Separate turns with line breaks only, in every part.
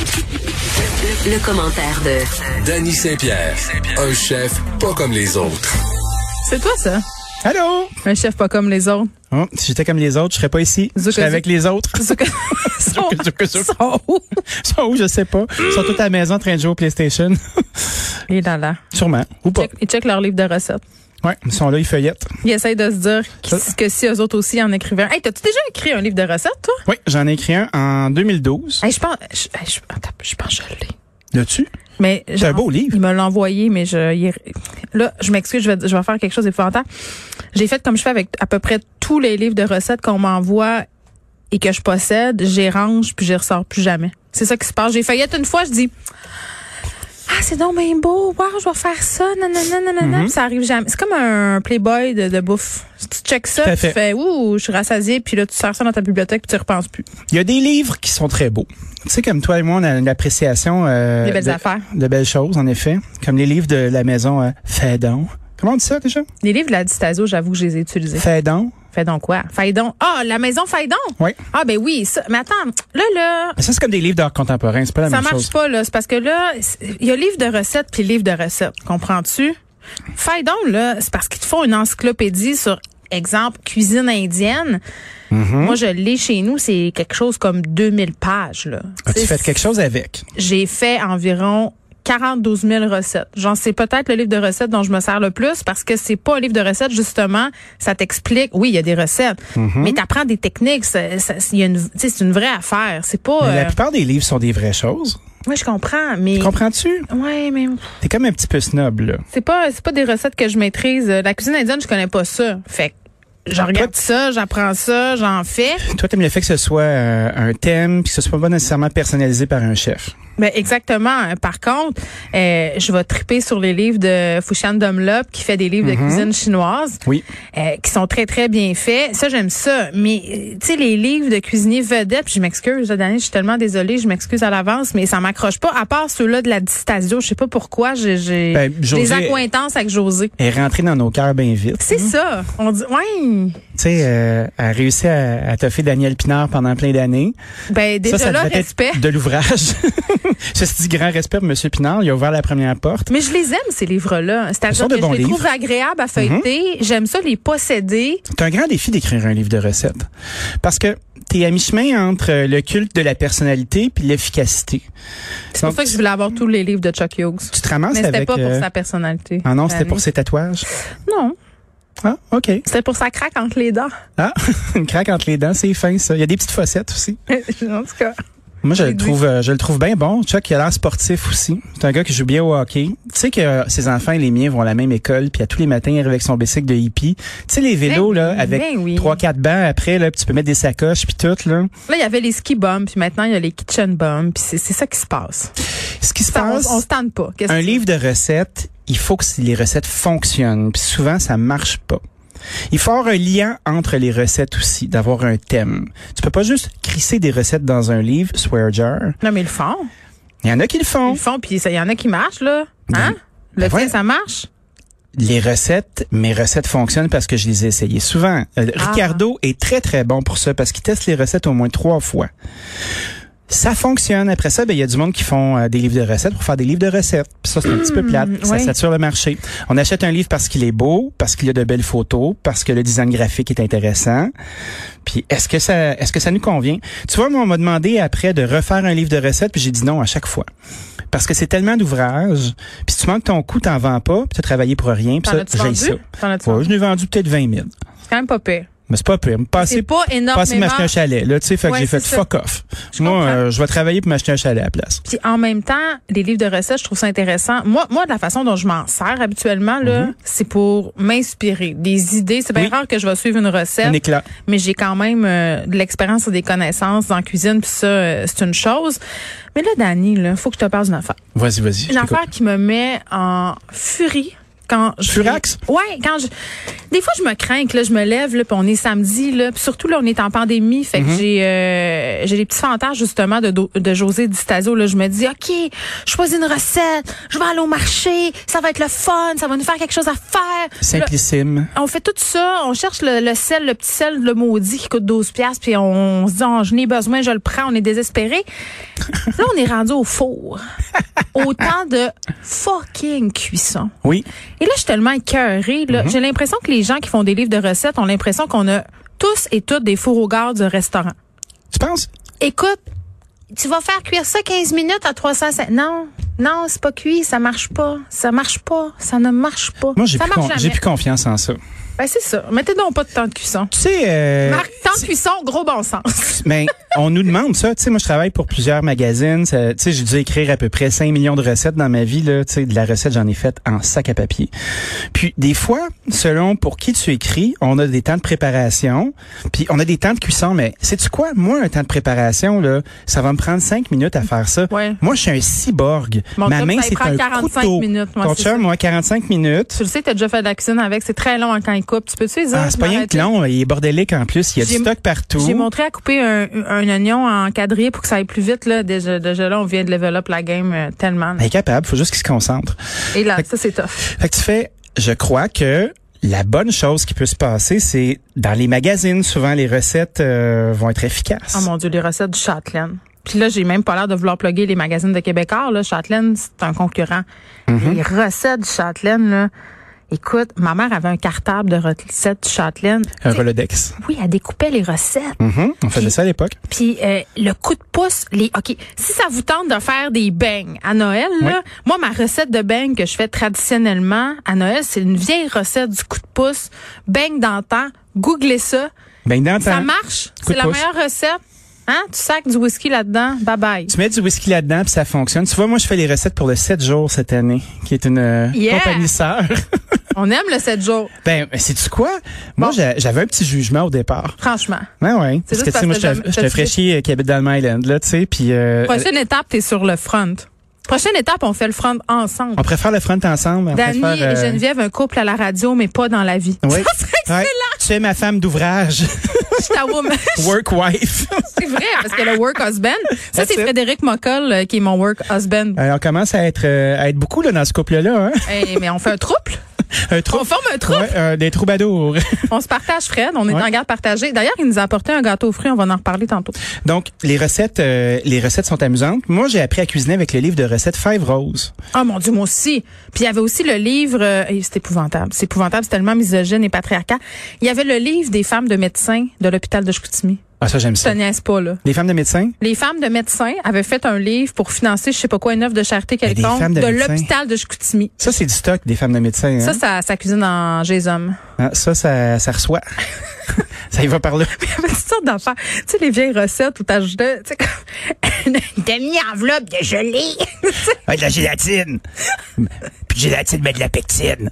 Le, le commentaire de
Danny Saint-Pierre, un chef pas comme les autres.
C'est toi ça?
Allô?
Un chef pas comme les autres.
Oh, si j'étais comme les autres, je serais pas ici.
Zuka,
je serais
zuka.
avec les autres.
Ils sont-
Zuka,
Ils
zuka.
sont Oh, où?
Ils sont où, je sais pas. Ils sont tous à la maison en train de jouer au PlayStation.
Et là là.
Sûrement. Ou pas.
Check- Ils checkent leur livre de recettes.
Ouais, ils sont là, ils feuillettent.
Ils essayent de se dire qu-
Ça-
que si eux autres aussi en écrivaient un. Hey, t'as-tu déjà écrit un livre de recettes, toi?
Oui, j'en ai écrit un en 2012.
Hey, je pense, je, hey, je- attends, je pense que je l'ai.
Là-dessus?
Mais
C'est un
genre,
beau livre.
Il me l'a envoyé, mais je il- là, je m'excuse, je vais, je vais faire quelque chose d'épouvantable. J'ai fait comme je fais avec à peu près tous les livres de recettes qu'on m'envoie et que je possède, j'ai range puis j'y ressors plus jamais. C'est ça qui se passe. J'ai feuillette une fois, je dis ah, c'est donc bien beau. Wow, je vais faire ça. Nanana, nanana.
Mm-hmm.
Puis Ça arrive jamais. C'est comme un Playboy de, de bouffe. Tu checkes ça,
Tout à
puis tu
fait.
fais, ouh, je suis rassasié, puis là, tu sors ça dans ta bibliothèque, puis tu repenses plus.
Il y a des livres qui sont très beaux. Tu sais, comme toi et moi, on a une appréciation euh,
Des belles
de,
affaires.
de belles choses, en effet. Comme les livres de la maison euh, Fadon. Comment on dit ça déjà?
Les livres de la distasio, j'avoue que je les ai utilisés.
Fadon.
Fais donc quoi? Faidon. Ah, la maison Faidon?
Oui.
Ah, ben oui, ça. Mais attends, là, là,
Mais ça, c'est comme des livres d'art contemporain. C'est pas la
ça
même
marche
chose.
pas, là. C'est parce que là, c'est- il y a livre de recettes puis livre de recettes. Comprends-tu? Faidon, là, c'est parce qu'ils te font une encyclopédie sur, exemple, cuisine indienne.
Mm-hmm.
Moi, je l'ai chez nous, c'est quelque chose comme 2000 pages, là.
As-tu
C'est-
fait quelque chose avec?
j'ai fait environ 42 000 recettes. Genre, c'est peut-être le livre de recettes dont je me sers le plus parce que c'est pas un livre de recettes, justement. Ça t'explique. Oui, il y a des recettes,
Mhm.
mais t'apprends des techniques. Ça- ça- il y a une- tu sais, c'est une vraie affaire. C'est pas.
Mais La
euh,
plupart des livres sont des vraies choses.
ouais, je comprends, mais.
Comprends-tu?
Ouais, mais
T'es comme un petit peu snob, là.
c'est pas c'est pas des recettes que je maîtrise. La cuisine indienne, je connais pas ça. Fait que je regarde ça, j'apprends ça, j'en fais.
Toi, t'aimes le fait que ce soit euh, un thème, puis que ce soit pas nécessairement personnalisé par un chef.
Ben exactement. Par contre, euh, je vais triper sur les livres de Fushan Dunlop qui fait des livres
Mhm.
de cuisine chinoise.
Oui.
euh, qui sont très très bien faits. Ça j'aime ça, mais euh, tu sais les livres de cuisiniers vedettes, puis je m'excuse là, Dani, je suis tellement désolée, je m'excuse à l'avance, mais ça m'accroche pas à part ceux-là de la distasio, je sais pas pourquoi, j'ai j'ai
Ben, José-
des accointances avec José.
Elle est rentrée dans nos cœurs bien vite.
C'est ça. On dit ouais.
Tu sais, euh, elle a réussi à, à toffer Daniel Pinard pendant plein d'années.
Ben déjà
ça, ça
là
devait
respect.
être de l'ouvrage. Ceci dit, grand respect pour M. Pinard. Il a ouvert la première porte.
Mais je les aime ces livres-là.
Ce
C'est-à-dire
sont
que
de bons
je les
livres. Mhm.
trouve agréables à feuilleter. J'aime ça les posséder.
C'est un grand défi d'écrire un livre de recettes. Parce que t'es à mi-chemin entre euh, le culte de la personnalité puis l'efficacité.
C'est pour
Donc,
ça que je voulais avoir tous les livres de Chuck Hughes.
Tu te ramasses
Mais c'était
avec...
pas pour
euh,
sa personnalité.
Ah non, c'était pour
Dani.
ses tatouages.
Non,
Ah, OK.
c'était pour sa craque entre les dents.
Ah, une craque entre les dents, c'est fin, ça. Il y a des petites fossettes aussi.
en tout cas.
Moi, je
J'ai
le
dit.
trouve, euh, je le trouve bien bon. Chuck, il a l'air sportif aussi. C'est un gars qui joue bien au hockey. Tu sais que euh, ses enfants et les miens vont à la même école, puis à tous les matins, il arrive avec son bicycle de hippie. Tu sais, les vélos,
Ben
là,
oui,
avec
ben oui.
trois, quatre bancs après, là, puis tu peux mettre des sacoches, puis tout, là.
Là, il y avait les ski bombs, puis maintenant, il y a les kitchen bombs, puis c'est c'est ça qui se passe.
Ce qui se
Ça, on,
passe,
on se tente pas. Qu'est-ce
un
que-
livre de recettes, il faut que les recettes fonctionnent, puis souvent, ça marche pas. Il faut avoir un lien entre les recettes aussi, d'avoir un thème. Tu peux pas juste crisser des recettes dans un livre, swear jar.
Non, mais ils le font.
Il y en a qui le font.
Ils le font, puis ça- il y en a qui marchent, là. Hein? Le
Ben
tien,
ouais.
ça marche?
les recettes, mes recettes fonctionnent parce que je les ai essayées souvent. Euh,
Ah.
Ricardo est très très bon pour ça parce qu'il teste les recettes au moins trois fois. Ça fonctionne. Après ça, ben, il y a du monde qui font euh, des livres de recettes pour faire des livres de recettes. Puis ça, c'est un petit peu plate. Ça
Mm, ouais.
sature le marché. On achète un livre parce qu'il est beau, parce qu'il y a de belles photos, parce que le design graphique est intéressant. Puis est-ce que ça, est-ce que ça nous convient Tu vois, moi, on m'a demandé après de refaire un livre de recettes, puis j'ai dit non à chaque fois parce que c'est tellement d'ouvrages. Puis si tu manques ton coût, t'en vends pas, puis t'as travaillé pour rien. Puis
T'en
ça,
as-tu
j'ai
vendu?
ça.
T'en as-tu
Ouais,
vendu?
je n'ai vendu peut-être 20 000.
C'est quand même pas pire.
Mais c'est pas pire. Me
C'est
Passer,
pas
passer
énormément.
m'acheter un chalet, là, tu sais, fait que
Ouais,
j'ai fait
c'est ça.
fuck off.
Je
Moi,
comprends.
euh, je vais travailler pour m'acheter un chalet à la place.
Puis en même temps, les livres de recettes, je trouve ça intéressant. Moi, moi, de la façon dont je m'en sers habituellement, là, c'est pour m'inspirer. Des idées. C'est bien
Mhm. Oui.
rare que je vais suivre une recette.
Un éclat.
mais j'ai quand même euh, de l'expérience et des connaissances en cuisine, puis ça, euh, c'est une chose. Mais là, Dani, là, faut que je te parle d'une affaire.
Vas-y, vas-y. je
Une
t'écoute.
affaire qui me met en furie quand je
Furax?
Ouais, quand je Des fois je me crains que là je me lève là puis on est samedi là, puis surtout là on est en pandémie, fait
Mhm.
que j'ai euh, j'ai des petits fantasmes justement de Do- de José Di Stasio là, je me dis OK, je choisis une recette, je vais aller au marché, ça va être le fun, ça va nous faire quelque chose à faire. Là,
Simplissime.
on fait tout ça, on cherche le, le sel, le petit sel, le maudit qui coûte 12 piastres, puis on, se dit, oh, je n'ai besoin, je le prends, on est désespéré. Là, on est rendu au four. au temps de fucking cuisson.
Oui.
Et là, je suis tellement écœurée. là.
Mhm.
J'ai l'impression que les gens qui font des livres de recettes ont l'impression qu'on a tous et toutes des fours au garde de restaurant.
Tu penses?
Écoute, tu vas faire cuire ça 15 minutes à 350. Non, non, c'est pas cuit, ça marche pas, ça marche pas, ça ne marche pas.
Moi, j'ai
ça
plus,
marche
con- j'ai
jamais.
plus confiance en ça. Tu
Ben, c'est ça. Mettez donc pas de temps de cuisson.
sais, euh,
Marc, temps de cuisson, gros bon sens.
mais Ben, on nous demande ça. Tu sais, moi, je travaille pour plusieurs magazines. Ça- Tu sais, j'ai dû écrire à peu près 5 millions de recettes dans ma vie. Là. Tu sais, de la recette, j'en ai faite en sac à papier. Puis, des fois, selon pour qui tu écris, on a des temps de préparation. Puis, on a des temps de cuisson. Mais, sais-tu quoi? Moi, un temps de préparation, là, ça va me prendre 5 minutes à faire ça.
Ouais.
Moi, je suis un cyborg.
Mon
ma
chum,
main,
ça lui
c'est
prend
un
45
couteau.
minutes, moi,
Ton
c'est
chum,
ça.
moi, 45 minutes.
tu le sais, t'as déjà fait de la cuisine avec, c'est très long quand il coupe. Tu peux-tu les dire?
Ah, c'est pas rien que
m'arrêter?
long, il est bordélique en plus, il y a du
J'ai-
stock partout.
J'ai montré à couper un, un oignon en quadrillé pour que ça aille plus vite. Là. Déjà, déjà là, on vient de level up la game euh, tellement. là.
Il est capable, faut juste qu'il se concentre.
Et là, ça, c'est tough.
Fait que tu fais, je crois que la bonne chose qui peut se passer, c'est dans les magazines, souvent les recettes euh, vont être efficaces.
Oh mon Dieu, les recettes du Châtelaine. Puis là, j'ai même pas l'air de vouloir plugger les magazines de Québécois. Là. Châtelaine, c'est un concurrent.
Mm-hmm.
Les recettes du Châtelaine, là. Écoute, ma mère avait un cartable de recettes du Châtelaine.
Un Rolodex.
Oui, elle découpait les recettes.
Mhm, On faisait ça à l'époque.
Puis euh, le coup de pouce, les OK, si ça vous tente de faire des beignes à Noël là, moi ma recette de beignes que je fais traditionnellement à Noël, c'est une vieille recette du coup de pouce, beignes d'antan, googlez ça,
Ben, dans le
ça
temps,
marche,
de
c'est la
pouce.
meilleure recette. Hein, tu sacs du whisky là-dedans, bye bye.
Tu mets du whisky là-dedans puis ça fonctionne. Tu vois, moi, je fais les recettes pour le 7 jours cette année, qui est une euh,
Yeah!
compagnie sœur.
On aime le 7 jours,
ben, c'est-tu quoi? Moi, j'a- j'avais un petit jugement au départ.
franchement.
Ben ouais.
C'est juste
Parce que, tu
parce
sais, moi,
que
je
jamais-
te- je
t'as
te
fait-
ferais chier euh, qui habite dans le Island, là, tu sais, puis... euh,
Prochaine étape, t'es sur le front. Prochaine étape, on fait le front ensemble.
On préfère le front ensemble. on
Dani
préfère, euh,
et Geneviève, un couple à la radio, mais pas dans la vie.
oui.
Ça serait
Ouais.
excellent.
Tu es ma femme d'ouvrage,
Je t'avoue,
work wife.
C'est vrai, parce que le work husband, ça,
That's
c'est
it.
Frédéric Moccol euh, qui est mon work husband.
Euh, on commence à être euh, à être beaucoup là dans ce couple-là. Hein?
Hey, Eh, mais on fait un trouble.
Un trou-
On forme un trouble.
Ouais, euh, des troubadours.
On se partage, Fred. On est
Ouais.
en garde partagée. D'ailleurs, il nous a apporté un gâteau aux fruits. On va en reparler tantôt.
Donc les recettes, euh, les recettes sont amusantes. Moi, j'ai appris à cuisiner avec le livre de recettes Five Roses.
Oh mon Dieu, moi aussi. Puis il y avait aussi le livre, euh, et c'est épouvantable. C'est épouvantable, c'est tellement misogyne et patriarcat. Il y avait le livre des femmes de médecins de l'hôpital de Chicoutimi.
Ah ça j'aime
Je te
ça.
niaise pas, là.
Les femmes de médecins.
Les femmes de médecins avaient fait un livre pour financer, je sais pas quoi, une œuvre de charité
Mais des
quelconque
femmes
de,
de médecins.
l'hôpital de Chicoutimi.
Ça c'est du stock des femmes de médecins. hein?
Ça, ça, ça cuisine en Jésus.
Ah, ça, ça, ça reçoit. ça y va par là.
avait toutes sortes d'affaires. Tu sais, les vieilles recettes où t'ajoutais, tu sais, comme une demi-enveloppe de gelée.
Ah, de la gélatine. Puis de gélatine, mais de la pectine.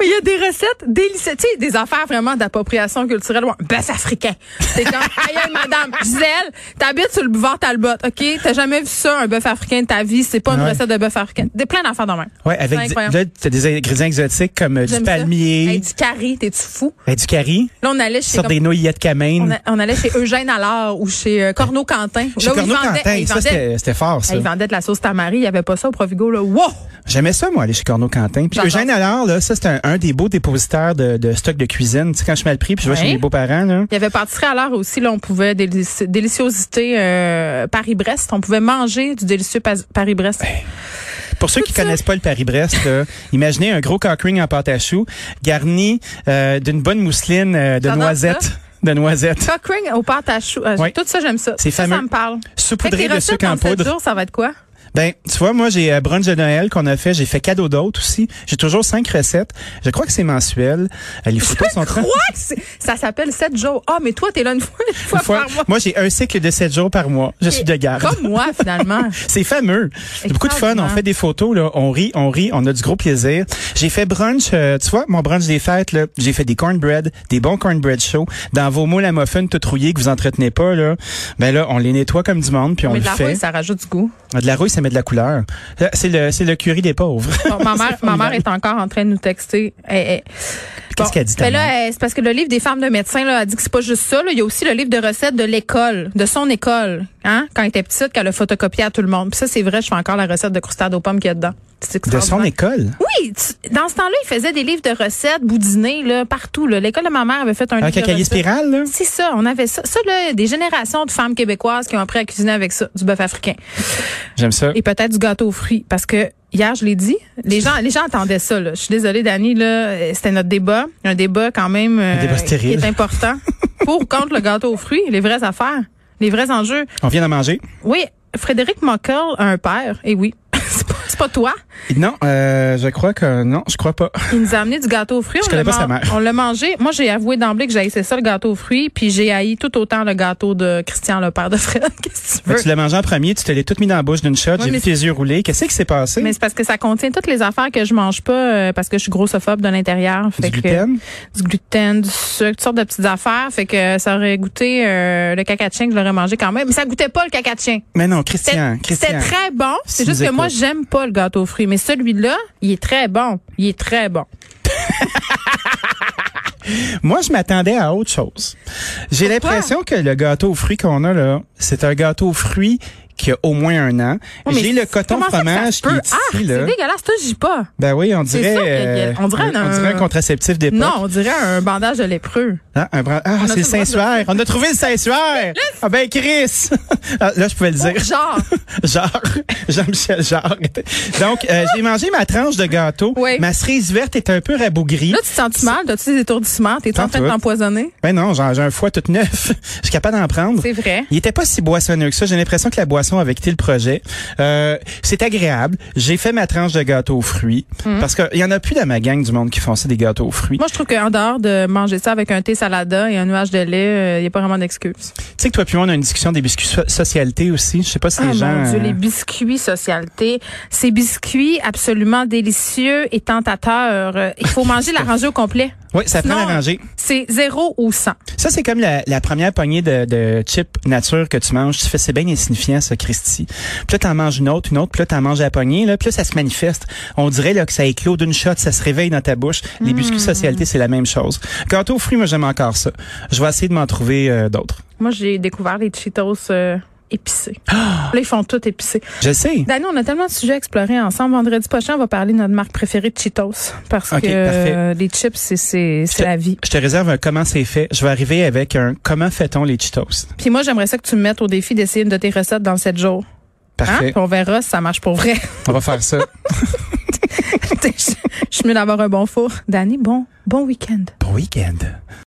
Mais il y a des recettes délicieuses. Tu sais, des affaires vraiment d'appropriation culturelle. Ouais, bœuf africain. C'est comme, aïe, aïe, madame, Gisèle, t'habites sur le boulevard Talbot, OK? T'as jamais vu ça, un bœuf africain de ta vie. C'est pas une
Ouais.
recette de bœuf africain. Des plein d'affaires dans même.
Ouais, avec
C'est
du-
incroyable.
là, t'as des ingrédients exotiques comme euh, du
J'aime ça. Hey,
palmier,
du carré, t'es-tu fou?
ben, du cari,
Là, on allait chez
sur des noyettes
on,
camènes.
a- on allait chez Eugène Allard ou chez euh, Corneau Quentin.
Chez
où ils
Corneau
vendaient-
Quentin,
ils
ça
vendaient-
c'était c'était fort ça.
ils vendaient de la sauce tamari. Il y avait pas ça au Provigo, là. Wow!
J'aimais ça, moi, aller chez Corneau Quentin. Puis
J'adore
Eugène
ça.
Allard, là, ça, c'est un, un des beaux dépositaires de, de stock de cuisine. Tu sais, quand je suis mal pris, puis je vais
Ouais.
chez mes beaux-parents, là.
Il y avait pâtisserie à l'heure aussi, là, on pouvait délici- déliciosité euh, Paris-Brest. On pouvait manger du délicieux pas- Paris-Brest.
Pour ceux qui
Tout ça.
connaissent pas le Paris-Brest, là, imaginez un gros cock ring en pâte à choux, garni euh, d'une bonne mousseline euh, de
J'adore ça.
noisettes. De noisettes.
Cock ring au pâte à choux. Euh,
Oui.
Tout ça, j'aime ça.
C'est
Ça,
fameux.
Ça me parle. Fait que
Saupoudré
les
de
recettes
sucre en
dans sept
poudre.
jours, ça va être quoi?
Ben, tu vois, moi, j'ai euh, brunch de Noël qu'on a fait. J'ai fait cadeau d'autres aussi. J'ai toujours cinq recettes. Je crois que c'est mensuel. Euh, Les photos sont
Quoi? que c'est- Ça s'appelle 7 jours. Ah, mais toi, t'es là une fois, une fois,
Une fois-
par mois.
Moi, j'ai un cycle de sept jours par mois. Je suis de garde.
Comme moi, finalement.
C'est fameux. C'est beaucoup de fun. On fait des photos, là. On rit, on rit. On a du gros plaisir. J'ai fait brunch, euh, tu vois, mon brunch des fêtes, là. J'ai fait des cornbread, des bons cornbread chauds. Dans vos moules à muffins tout rouillés que vous entretenez pas, là. Ben là, on les nettoie comme du monde, puis on
mais
le
de la
fait. Ah,
rouille, ça rajoute du goût.
De la rouille, ça met de la couleur. Euh, C'est le, c'est le curry des pauvres.
Bon, ma, mère,
C'est
ma mère
formidable.
est encore en train de nous texter. Eh, eh.
Qu'est-ce qu'elle dit, ta
ben là,
mère?
eh, c'est parce que le livre des femmes de médecins, là, elle dit que c'est pas juste ça. là. Il y a aussi le livre de recettes de l'école, de son école, hein, quand elle était petite, qu'elle a photocopié à tout le monde. Puis ça, c'est vrai, je fais encore la recette de croustade aux pommes qu'il y a dedans. C'est
De son
extraordinaire.
école.
Oui, tu- dans ce temps-là, il faisait des livres de recettes, boudinés, là, partout. là. L'école de ma mère avait fait un
Avec un
livre de
cahier
recettes.
spirale, là.
C'est ça, on avait ça. Ça, là, des générations de femmes québécoises qui ont appris à cuisiner avec ça, du bœuf africain.
J'aime ça.
Et peut-être du gâteau aux fruits. Parce que hier, je l'ai dit, les gens, les gens entendaient ça. Là. Je suis désolée, Dani, là, euh, c'était notre débat. Un débat quand même euh,
débat
qui
stérile.
est important. pour ou contre le gâteau aux fruits, les vraies affaires, les vrais enjeux.
On vient d'en manger.
Oui, Frédéric Mockel a un père, et oui. C'est pas, c'est pas toi.
Non, euh, je crois que non, je crois pas.
Il nous a amené du gâteau aux fruits.
Je
on l'a
connais pas sa
man-
mère.
On l'a mangé. Moi, j'ai avoué d'emblée que j'ai essayé ça, le gâteau aux fruits, puis j'ai haï tout autant le gâteau de Christian, le père de Fred. Qu'est-ce que tu
Mais
veux?
Ben, tu l'as mangé en premier, tu te l'es toute mis dans la bouche d'une shot, j'ai
mais
vu tes yeux rouler. Qu'est-ce qui s'est passé?
Mais c'est parce que ça contient toutes les affaires que je mange pas euh, parce que je suis grossophobe de l'intérieur. Fait
du
que-
gluten?
du gluten, du sucre, toutes sortes de petites affaires. Fait que ça aurait goûté euh, le caca de chien que je l'aurais mangé quand même. Mais ça goûtait pas le caca de chien.
Mais non,
C'était
Christian,
c'était
Christian.
très bon. C'est
Si
juste
nous
que moi,
écoute.
j'aime pas le gâteau aux fruits. Mais celui-là, il est très bon. Il est très bon.
Moi, je m'attendais à autre chose. J'ai
Pourquoi?
l'impression que le gâteau aux fruits qu'on a là, c'est un gâteau aux fruits qui a au moins un an.
Oui, Oh, mais
J'ai
c'est-
le coton
comment ça que ça
fromage
se
qui
peut?
est
Ah,
ici là.
c'est dégueulasse. Toi, j'y pas.
Ben oui, on
C'est
dirait,
ça qu'il y a-
euh,
on dirait un-
un contraceptif d'époque.
Non, on dirait un bandage de lépreux.
Ah, un bras- ah,
a
c'est
tout
le
le droit de le
Saint-Suaire. On a trouvé le Saint-Suaire. Ah ben Chris. Ah, là, je pouvais
Oh,
le dire.
Genre.
Genre, Jean-Michel Jarre. Donc, euh, j'ai mangé ma tranche de gâteau.
Oui.
Ma cerise verte est un peu rabougrie.
Là, tu te sens-tu mal? T'as-tu des étourdissements? T'es-tu en train de
Pantoute.
t'empoisonner?
Ben non, j'en- j'ai un foie tout neuf. Je suis capable d'en prendre.
C'est vrai.
Il était pas si boissonneux que ça. J'ai l'impression que la boisson avait quitté le projet. Euh, c'est agréable. J'ai fait ma tranche de gâteau aux fruits. Parce qu'il y en a plus dans ma gang du monde qui font ça, des gâteaux aux fruits.
Mhm. Moi, je trouve qu'en dehors de manger ça avec un thé salada et un nuage de lait, euh, il n'y a pas vraiment d'excuse.
Tu sais que toi puis moi, on a une discussion des biscuits so- socialité aussi. Je sais pas si
Ah
les gens...
mon Dieu,
euh,
les biscuits socialité. Ces biscuits absolument délicieux et tentateurs. Euh, Il faut manger la rangée au complet.
Oui, ça prend
Sinon,
la rangée.
C'est zéro ou 100.
Ça, c'est comme la, la première poignée de, de chips nature que tu manges. Tu fais, c'est bien insignifiant, ça, Christy. Puis là, t'en manges une autre, une autre, puis là, t'en manges à la poignée, là, puis là, ça se manifeste. On dirait, là, que ça éclot d'une shot, ça se réveille dans ta bouche. Les biscuits socialité, c'est la même chose. Quant aux fruits, moi, j'aime encore ça. Je vais essayer de m'en trouver euh, d'autres.
Moi, j'ai découvert les Cheetos euh, épicés.
Ah!
Là, ils font tout épicé.
Je sais.
Dani, on a tellement de sujets à explorer ensemble. Vendredi prochain, on va parler de notre marque préférée de Cheetos. Parce
Ok,
que
parfait.
euh, les chips, c'est- c'est c'est
te-
la vie.
Je te réserve un comment c'est fait. Je vais arriver avec un comment fait-on les Cheetos.
Puis moi, j'aimerais ça que tu me mettes au défi d'essayer une de tes recettes dans 7 jours. Hein?
Parfait.
Puis on verra si ça marche pour vrai.
On va faire ça.
je je suis mieux d'avoir un bon four. Dani, bon, bon week-end.
Bon week-end.